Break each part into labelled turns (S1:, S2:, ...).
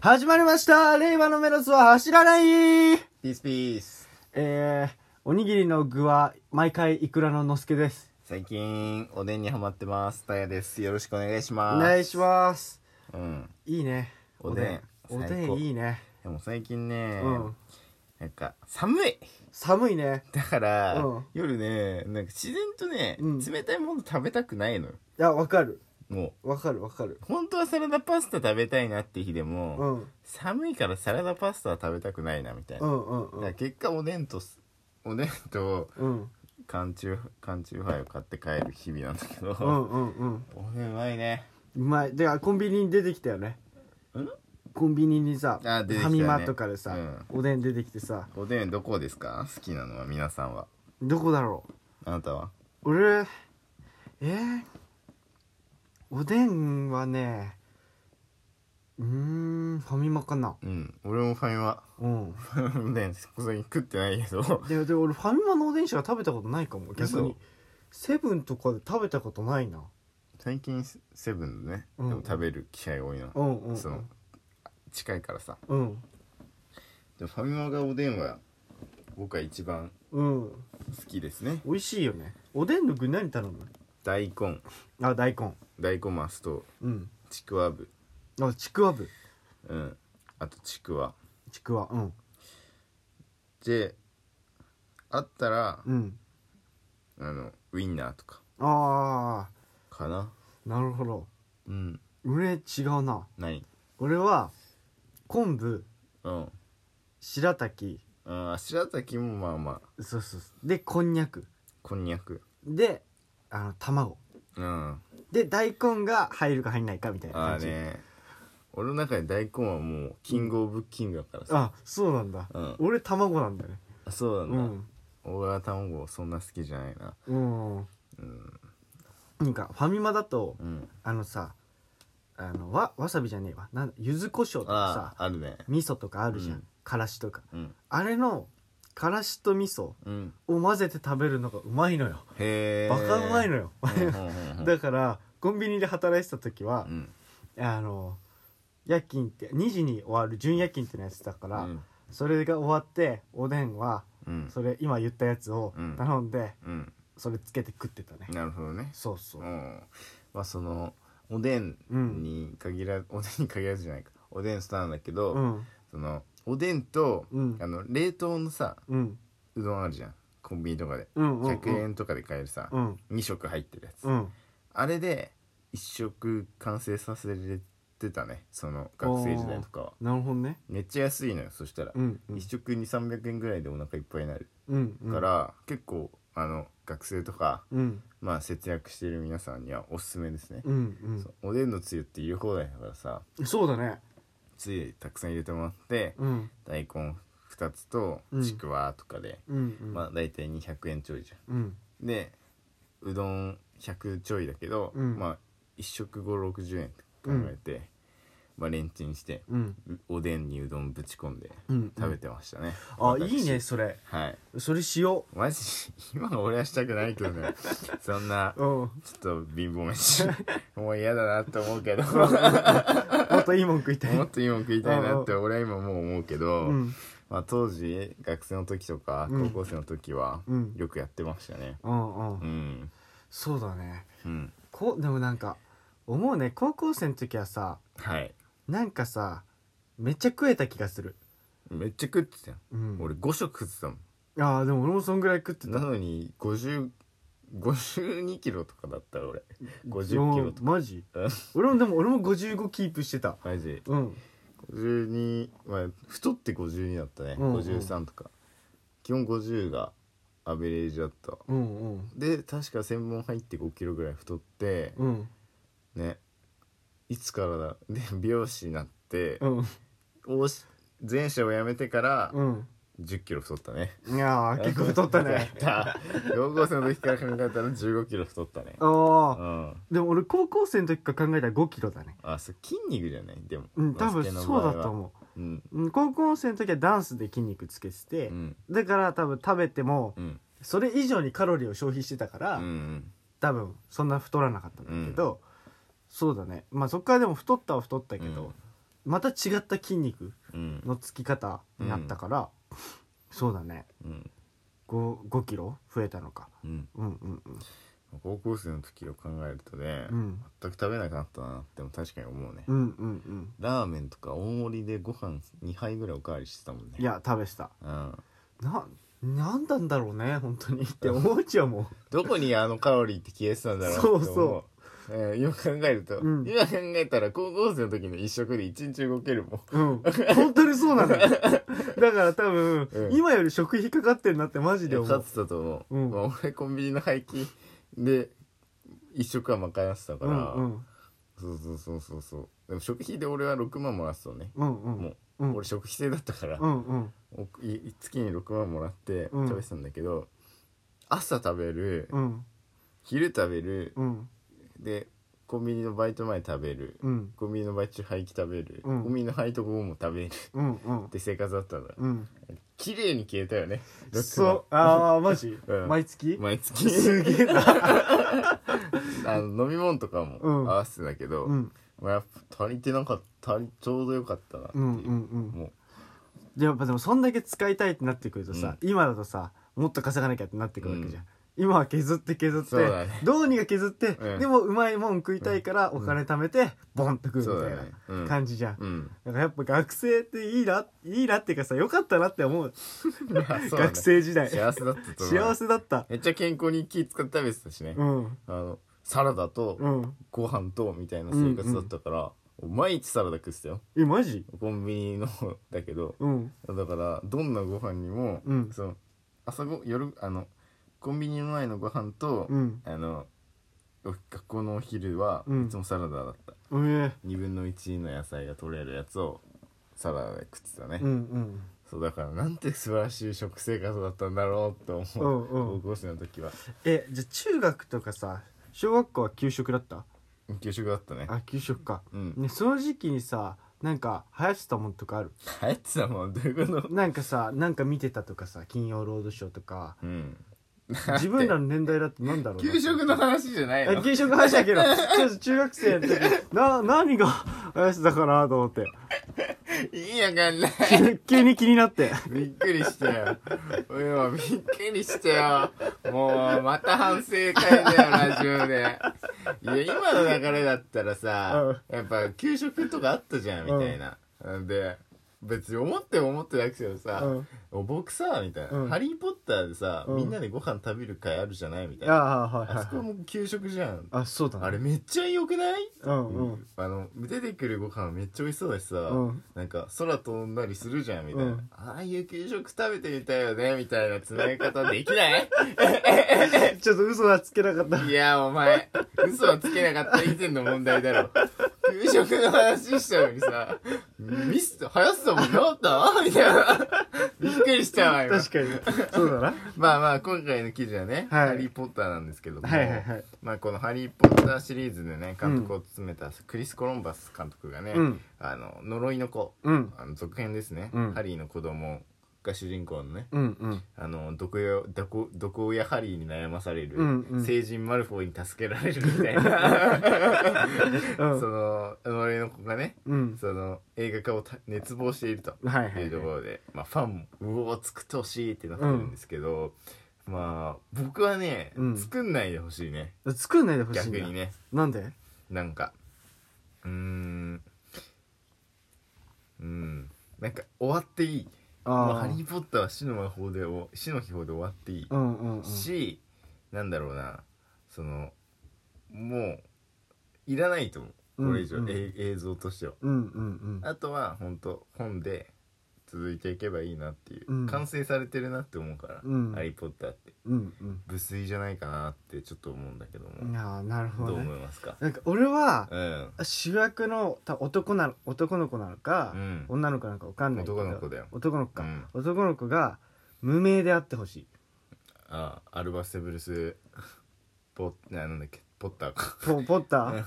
S1: 始まりました令和のメロスは走らない
S2: ピースピース
S1: えー、おにぎりの具は毎回いくらののすけです。
S2: 最近おでんにハマってますタヤですよろしくお願いし
S1: お
S2: ます
S1: 願いします。
S2: すうん
S1: いいね。
S2: おでん
S1: おでん
S2: 最
S1: お
S2: 高
S1: でんいいね。
S2: でも最近ね、
S1: うん
S2: なんか寒い
S1: 寒いね。
S2: だから、
S1: うん
S2: 夜ねなんか自然とね、
S1: うん
S2: 冷たいもの食べたくないのよ
S1: いや、わかる。
S2: も
S1: わかるわかる
S2: う。本当はサラダパスタ食べたいなって日でも、
S1: うん。
S2: 寒いからサラダパスタは食べたくないなみたいな、
S1: うんうんう
S2: だから
S1: ん。
S2: 結果おでんとすおでんと
S1: うん。
S2: 缶中缶中杯を買って帰る日々なんだけど、
S1: うんうんうん。
S2: おでんうまいね
S1: うまい。で、コンビニに出てきたよね。
S2: ん
S1: コンビニにさ、
S2: あ出てき
S1: フ
S2: た
S1: ァ
S2: よ
S1: ミ
S2: ね
S1: マとかでさ、おでん出てきてさ、
S2: おでんどこですか好きなのは皆さんは
S1: どこだろう
S2: あなたは
S1: 俺えー、おでんはねうーんファミマかな
S2: うん俺もファミ マ
S1: うん
S2: おでん最近食ってないけど
S1: でで俺ファミマのおでんしか食べたことないかも逆に
S2: 嘘
S1: セブンとかで食べたことないな
S2: 最近セブンでね、
S1: うん
S2: でも食べる機会多いな、
S1: うんうんうん
S2: その近いからさ
S1: うん
S2: でもファミマがおでんは僕は一番
S1: うん
S2: 好きですね
S1: 美味しいよねおでんの具何頼む
S2: 大根
S1: あ大根
S2: 大根マスと
S1: うん
S2: ちくわぶ
S1: あちくわぶ
S2: うんあとちくわ
S1: ちくわうん
S2: であったら、
S1: うん
S2: あのウインナーとか
S1: あ
S2: かな
S1: あなるほど
S2: うん
S1: 俺違うな
S2: 何
S1: 俺は昆布
S2: うん
S1: 白滝
S2: あ白滝もまあまあ
S1: そうそうそうでこんにゃく
S2: こんにゃく
S1: であの卵
S2: うん
S1: で大根が入るか入んないかみたいな
S2: あ
S1: 感
S2: ー
S1: じ
S2: ね俺の中で大根はもうキングオブキングだから
S1: あ
S2: さ、
S1: そうなんだ、
S2: うん
S1: 俺卵なんだよね
S2: あそう
S1: う
S2: なんだ、
S1: ん
S2: 俺は卵そんな好きじゃないな
S1: うん
S2: うん
S1: なんかファミマだと
S2: うん
S1: あのさあのわわさびじゃねえわなんだ柚子胡椒と
S2: あ
S1: か
S2: ああるね
S1: さ味噌とかあるじゃん、
S2: うん
S1: からしとか
S2: うん
S1: あれのからしと味噌
S2: うん
S1: を混ぜて食べるのがうまいのよ
S2: へえ
S1: バカうまいのよ、
S2: だ
S1: だからコンビニで働いてた時は、
S2: うん
S1: あの夜勤って2時に終わる準夜勤ってのやつだか
S2: う
S1: ら、
S2: ん
S1: それが終わっておでんは
S2: うん
S1: それ今言ったやつを
S2: うん
S1: 頼んで、
S2: うん
S1: それつけて食ってたね、
S2: なるほどね
S1: そうそううん
S2: まあそのおでんに限らおでんに限らずじゃないかおでんスターなんだけど、
S1: うん
S2: そのおでんと、
S1: うん
S2: あの冷凍のさ
S1: うん
S2: うどんあるじゃんコンビニとかで、
S1: うんうん
S2: 100円とかで買えるさ、
S1: うん
S2: 2食入ってるやつ、
S1: うん
S2: あれで1食完成させれてたねその学生時代とかは
S1: なるほどね
S2: めっちゃ安いのよそしたら、
S1: うんうん
S2: 1食2300円ぐらいでお腹いっぱいになる
S1: うんうん
S2: から、結構あの学生とか、
S1: うん
S2: まあ、節約してる皆さんにはおすすめですね
S1: う、ん
S2: そうおでんのつゆって入れ放題だからさ
S1: うんそうだね
S2: つゆたくさん入れてもらって、
S1: うん
S2: 大根2つと
S1: うん
S2: ちくわとかで、
S1: うんうん
S2: まあ大体200円ちょいじゃん
S1: うん
S2: でうどん100ちょいだけど、
S1: うん
S2: まあ1食560円って考えて、まあレンチンして
S1: うん
S2: うおでんにうどんぶち込んで
S1: うん
S2: 食べてましたね、
S1: あ
S2: 私
S1: いいねそれ
S2: はい
S1: それしよ
S2: マジ今の俺はしたくないけど ねそんな
S1: ううん
S2: ちょっと貧乏飯 もう嫌だなって思うけど
S1: もっといいもん食いたい
S2: もっといいもん食いたいなって俺は今もう思うけど、
S1: うん
S2: まあ、当時学生の時とか
S1: うん
S2: 高校生の時は
S1: うん
S2: よくやってましたね
S1: うんう
S2: うんん
S1: そうだね
S2: うん
S1: こうでもなんか思うね高校生の時はさ
S2: はい
S1: なんかさめっちゃ食えた気がする、
S2: めっちゃ食ってたよ
S1: うん、
S2: 俺5食食ってたもん
S1: ああでも俺もそんぐらい食って
S2: な
S1: た
S2: のに50 52キロとかだったら俺50キロと
S1: うん
S2: か
S1: マジ
S2: うん
S1: 俺もでも俺も55キープしてた
S2: マジ
S1: うん
S2: 52まあ太って52だったね、
S1: うんうん
S2: 53とか基本50がアベレージだった
S1: うんうん
S2: で確か専門入って5キロぐらい太って、
S1: うん
S2: ねいつからだで美容師になって、
S1: うん
S2: おし前者を辞めてから
S1: うん
S2: 1 0キロ太ったね
S1: いや ー 結構太った
S2: や
S1: ね
S2: った高校生の時から考えたら1 5キロ太ったねう
S1: ああ
S2: ん
S1: でも俺高校生の時から考えたら5キロだね
S2: あそう筋肉じゃないでも
S1: うん多
S2: バ
S1: 分
S2: スケの
S1: そ
S2: 場
S1: う
S2: 合は
S1: だと思
S2: うん
S1: う、うん、高校生の時はダンスで筋肉つけてて、
S2: うん
S1: だから多分食べても
S2: うん
S1: それ以上にカロリーを消費してたか
S2: う
S1: ら、
S2: ん
S1: 多分そんな太らなかったんだけど、そうだねまあそっからでも太ったは太ったけど、また違った筋肉
S2: うん
S1: のつき方になったから、そうだね
S2: うん
S1: 5 5キロ増えたのか
S2: うん
S1: うんうん
S2: 高校生の時を考えるとね、
S1: うん
S2: 全く食べなくなったなっても確かに思うね、
S1: うんうんうん
S2: ラーメンとか大盛りでご飯2杯ぐらいおかわりしてたもんね
S1: うんいや食べした
S2: うん
S1: ななんなんだろうね本当にって思っちゃうもん
S2: どこにあのカロリーって消えてたんだろう
S1: そう
S2: って思う、えー今考えると、
S1: うん
S2: 今考えたら高校生の時の一食で1日動けるもん
S1: うん本当にそうな のよだから多分、
S2: うん
S1: 今より食費かかってんなってマジで思
S2: 勝っ
S1: う
S2: てたと思う、
S1: うん
S2: まあ、俺コンビニの廃棄で一食は賄ってたか
S1: う
S2: ら、
S1: んうん
S2: そうそうそうそうそうでも食費で俺は6万もらってたのね、
S1: うんう
S2: も
S1: ん
S2: う
S1: うん
S2: 俺食費制だったから、
S1: うんうん
S2: おい月に6万もらって
S1: うん
S2: 食べてたんだけど、朝食べる、
S1: うん
S2: 昼食べる、
S1: うん
S2: でコンビニのバイト前食べる、
S1: うん
S2: コンビニのバイト中廃棄食べる、
S1: うん
S2: コンビニの廃と後も食べるっ
S1: うんうん
S2: て生活だったんだ
S1: うん
S2: 綺麗に消えたよね
S1: そう ああマジ、
S2: うん
S1: 毎月
S2: 毎月
S1: すげえな
S2: あの飲み物とかも
S1: うん
S2: 合わせてだけど、
S1: うん
S2: まあ、やっぱ足りてなんか足りちょうどよかったなって
S1: うん
S2: いう、
S1: うんうん
S2: も
S1: やっぱでもそんだけ使いたいってなってくるとさ、今だとさもっと稼がなきゃってなってくるわけじゃん、今は削って削って、
S2: そうだね
S1: どうにか削って、
S2: うん
S1: でもうまいもん食いたいからお金貯めて、ボンと食う
S2: う
S1: み
S2: そう
S1: たい
S2: だね
S1: な
S2: うん、
S1: 感じじゃん、
S2: うん、
S1: だからやっぱ学生っていいないいなっていうかさよかったなって思う
S2: そうだね
S1: 学生時代
S2: 幸せだったと思う
S1: 幸せだった
S2: めっちゃ健康に気使って食べてたしね、
S1: うん
S2: あのサラダと
S1: うん
S2: ご飯とみたいな生活だったから、毎日サラダ食ってたよ
S1: えマジ
S2: コンビニのだけど
S1: うん
S2: だからどんなご飯にも、
S1: うん
S2: その朝ご夜あのコンビニの前のご飯と、
S1: うん
S2: あのお学校のお昼は
S1: うん
S2: いつもサラダだった、
S1: うえ
S2: 2分の1の野菜が取れるやつをサラダで食ってたね、
S1: うんうん
S2: そうだからなんて素晴らしい食生活だったんだろうと思う、
S1: うんうん
S2: 高校生の時は
S1: えじゃあ中学とかさ小学校は給食だった
S2: 給食だったね
S1: あ給食か
S2: うん
S1: ね、その時期にさなんか流行ってたもんとかある
S2: 流行ってたもんどういうこと
S1: なんかさなんか見てたとかさ「金曜ロードショー」とか
S2: うん
S1: 自分らの年代だってなんだろうな
S2: 給食の話じゃない
S1: あ
S2: の
S1: 給食の話だけどちょっと中学生の時な何が流行ってたかなと思って
S2: いいやかんない
S1: 急急に気になって
S2: びっくりしたよ俺はびっくりしたよもうまた反省会だよラジオでいや今の流れだったらさ、やっぱ給食とかあったじゃんみたいな、ん、で別に思っても思ってなくてもさ、
S1: うん
S2: お僕さみたいな、
S1: うん
S2: ハリー・ポッター」でさ、
S1: うん
S2: みんなでご飯食べる会あるじゃないみたい
S1: あ
S2: な
S1: あはいはい
S2: あそこ
S1: はい
S2: も給食じゃん
S1: あそうだね
S2: あれめっちゃ良くない
S1: うんうん
S2: あの出てくるご飯めっちゃ美味しそうだしさ、
S1: うん
S2: なんか空飛んだりするじゃんみたいな、
S1: うん
S2: ああいう給食食べてみたいよねみたいなつなげ方できない
S1: ちょっと嘘はつけなかった
S2: いやお前嘘はつけなかった以前の問題だろ給食の話したのにさミスと流行ってたもんなったみたいなびっくりしたわ今
S1: 確かにそうだな
S2: まあまあ今回の記事はね「
S1: はい
S2: ハリー・ポッター」なんですけども、
S1: はいはいはい
S2: まあ、この「ハリー・ポッター」シリーズでね監督を務めたクリス・コロンバス監督がね、
S1: うん
S2: あの呪いの子
S1: うん
S2: あの続編ですね、
S1: うん
S2: ハリーの子供が主人公のね
S1: うんうん
S2: あの毒親毒毒親ハリーに悩まされる、
S1: うんうん
S2: 成人マルフォーに助けられるみたい な
S1: う
S2: そ
S1: ん
S2: の呪いの子がね
S1: うん
S2: その映画化をた熱望していると
S1: はいはいいはいう
S2: ところで、まあ、ファンもうお作ってほしいってなってるんですけど、まあ僕はね、
S1: うん
S2: 作んないでほしいね
S1: 作んないでほしいん
S2: 逆
S1: だ
S2: にね
S1: なんで
S2: なんかうーんうんなんか終わっていいもうハ
S1: あ
S2: リー・ポッター」は死の魔法でお死の秘宝で終わっていい
S1: あうんうんうん
S2: し、なんだろうなそのもういらないと思うこれ以上、
S1: うんうん
S2: え映像としては
S1: うんうん
S2: あとは本当本で続いていけばいいなっていう、
S1: うん
S2: 完成されてるなって思うから「
S1: うん
S2: ハリー・ポッター」って
S1: うんうん
S2: 無粋じゃないかなってちょっと思うんだけども、
S1: うんああなるほ
S2: どう
S1: ど
S2: 思
S1: ね
S2: いますか
S1: なんか俺は
S2: うん
S1: 主役のた男なの男の子なのか、
S2: うん
S1: 女の子なのかわかんないけど
S2: 男の子だよ
S1: 男の子か、
S2: うん
S1: 男の子が無名であってほしい
S2: あアルバステブルスポッななんだっけポッターか
S1: ポポッタ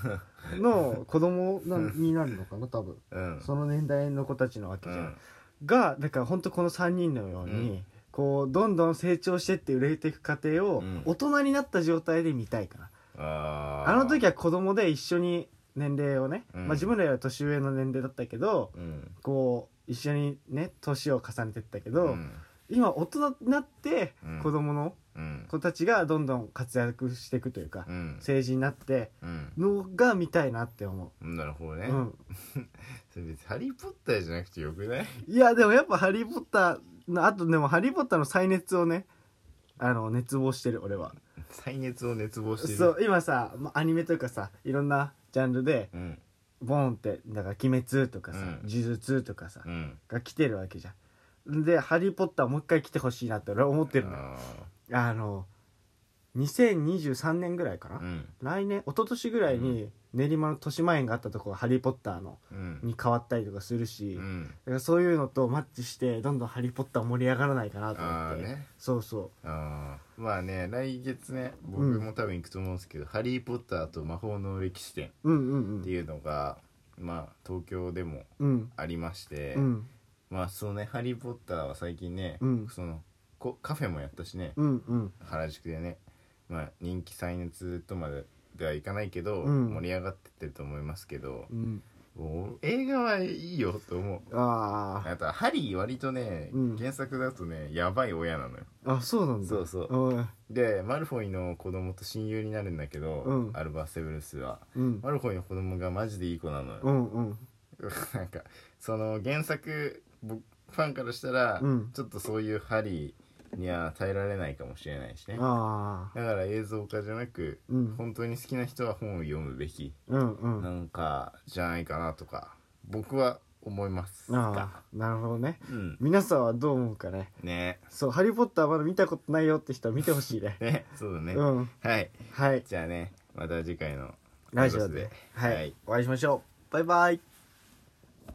S1: ーの子供なになるのかな多分
S2: うん
S1: その年代の子たちのわ
S2: う
S1: けじゃん、
S2: ん
S1: がだから本当この3人のように、
S2: うん
S1: こうどんどん成長してって売れていく過程を
S2: うん
S1: 大人になった状態で見たいから、
S2: あー
S1: あの時は子供で一緒に年齢をね、
S2: うん
S1: まあ、自分らより年上の年齢だったけど
S2: うん
S1: こう一緒にね年を重ねてったけ
S2: う
S1: ど、
S2: ん
S1: 今大人になって
S2: うん
S1: 子供の
S2: うん
S1: 子たちがどんどん活躍していくというか、
S2: うん
S1: 成人になって
S2: うん
S1: のが見たいなって思
S2: なるほど
S1: う、
S2: ね、
S1: うん、
S2: それ別にハリー・ポッターじゃなくてよくない
S1: いやでもやっぱ「ハリー・ポッター」のあとでも「ハリー・ポッター」の再熱をねあの熱望してる俺は
S2: 再熱を熱望してる
S1: そう今さまアニメというかさいろんなジャンルで
S2: うん
S1: ボーンってだから「鬼滅」とかさ
S2: うん
S1: 「呪術」とかさ
S2: うん
S1: が来てるわけじゃんで「ハリー・ポッター」もう一回来てほしいなって俺は思ってるのよ
S2: あ
S1: あの2023年ぐらいかな、
S2: ーうん
S1: 来年一昨年ぐらいに練馬の豊島園があったとこが「ハリー・ポッターの」
S2: うん
S1: に変わったりとかするし、
S2: う
S1: だ
S2: ん
S1: からそういうのとマッチしてどんどん「ハリー・ポッター」盛り上がらないかなと
S2: あ
S1: 思っ
S2: あ
S1: て、
S2: ね
S1: そうそ
S2: あーまあね来月ね僕
S1: うん
S2: も多分行くと思うんですけど「ハリー・ポッターと魔法の歴史展」
S1: ううんうん
S2: っ
S1: う
S2: て
S1: ん
S2: いうのが、まあ東京でも
S1: うん
S2: ありまして、
S1: うん
S2: まあそのね「ハリー・ポッター」は最近ね、
S1: うん
S2: そのこカフェもやったしね、
S1: うんうん
S2: 原宿でね、まあ、人気再熱とまでではいかないけど、
S1: うん
S2: 盛り上がってってると思いますけど
S1: う、ん
S2: もう映画はいいよと思う
S1: あ
S2: あとハリー割とね、
S1: うん
S2: 原作だとねやばい親なのよ
S1: ああそうなんだ
S2: そうそう
S1: おい
S2: でマルフォイの子供と親友になるんだけど、
S1: うん
S2: アルバ・セブルスは
S1: うん
S2: マルフォイの子供がマジでいい子なのよ、
S1: うんうん
S2: なんかその原作僕ファンからしたら、
S1: うん
S2: ちょっとそういうハリーには耐えられないかもしれないしね
S1: ああ
S2: だから映像化じゃなく、
S1: うん
S2: 本当に好きな人は本を読むべき
S1: うんうん
S2: なんかじゃないかなとか僕は思います
S1: ああなるほどね
S2: うん
S1: 皆さんはどう思うかね
S2: ね
S1: そう「ハリー・ポッター」まだ見たことないよって人は見てほしいね
S2: ねそうだね、
S1: うん
S2: はい
S1: はい
S2: じゃあねまた次回の
S1: ラジオで、
S2: は
S1: はいい、お会いしましょう。バイバイ。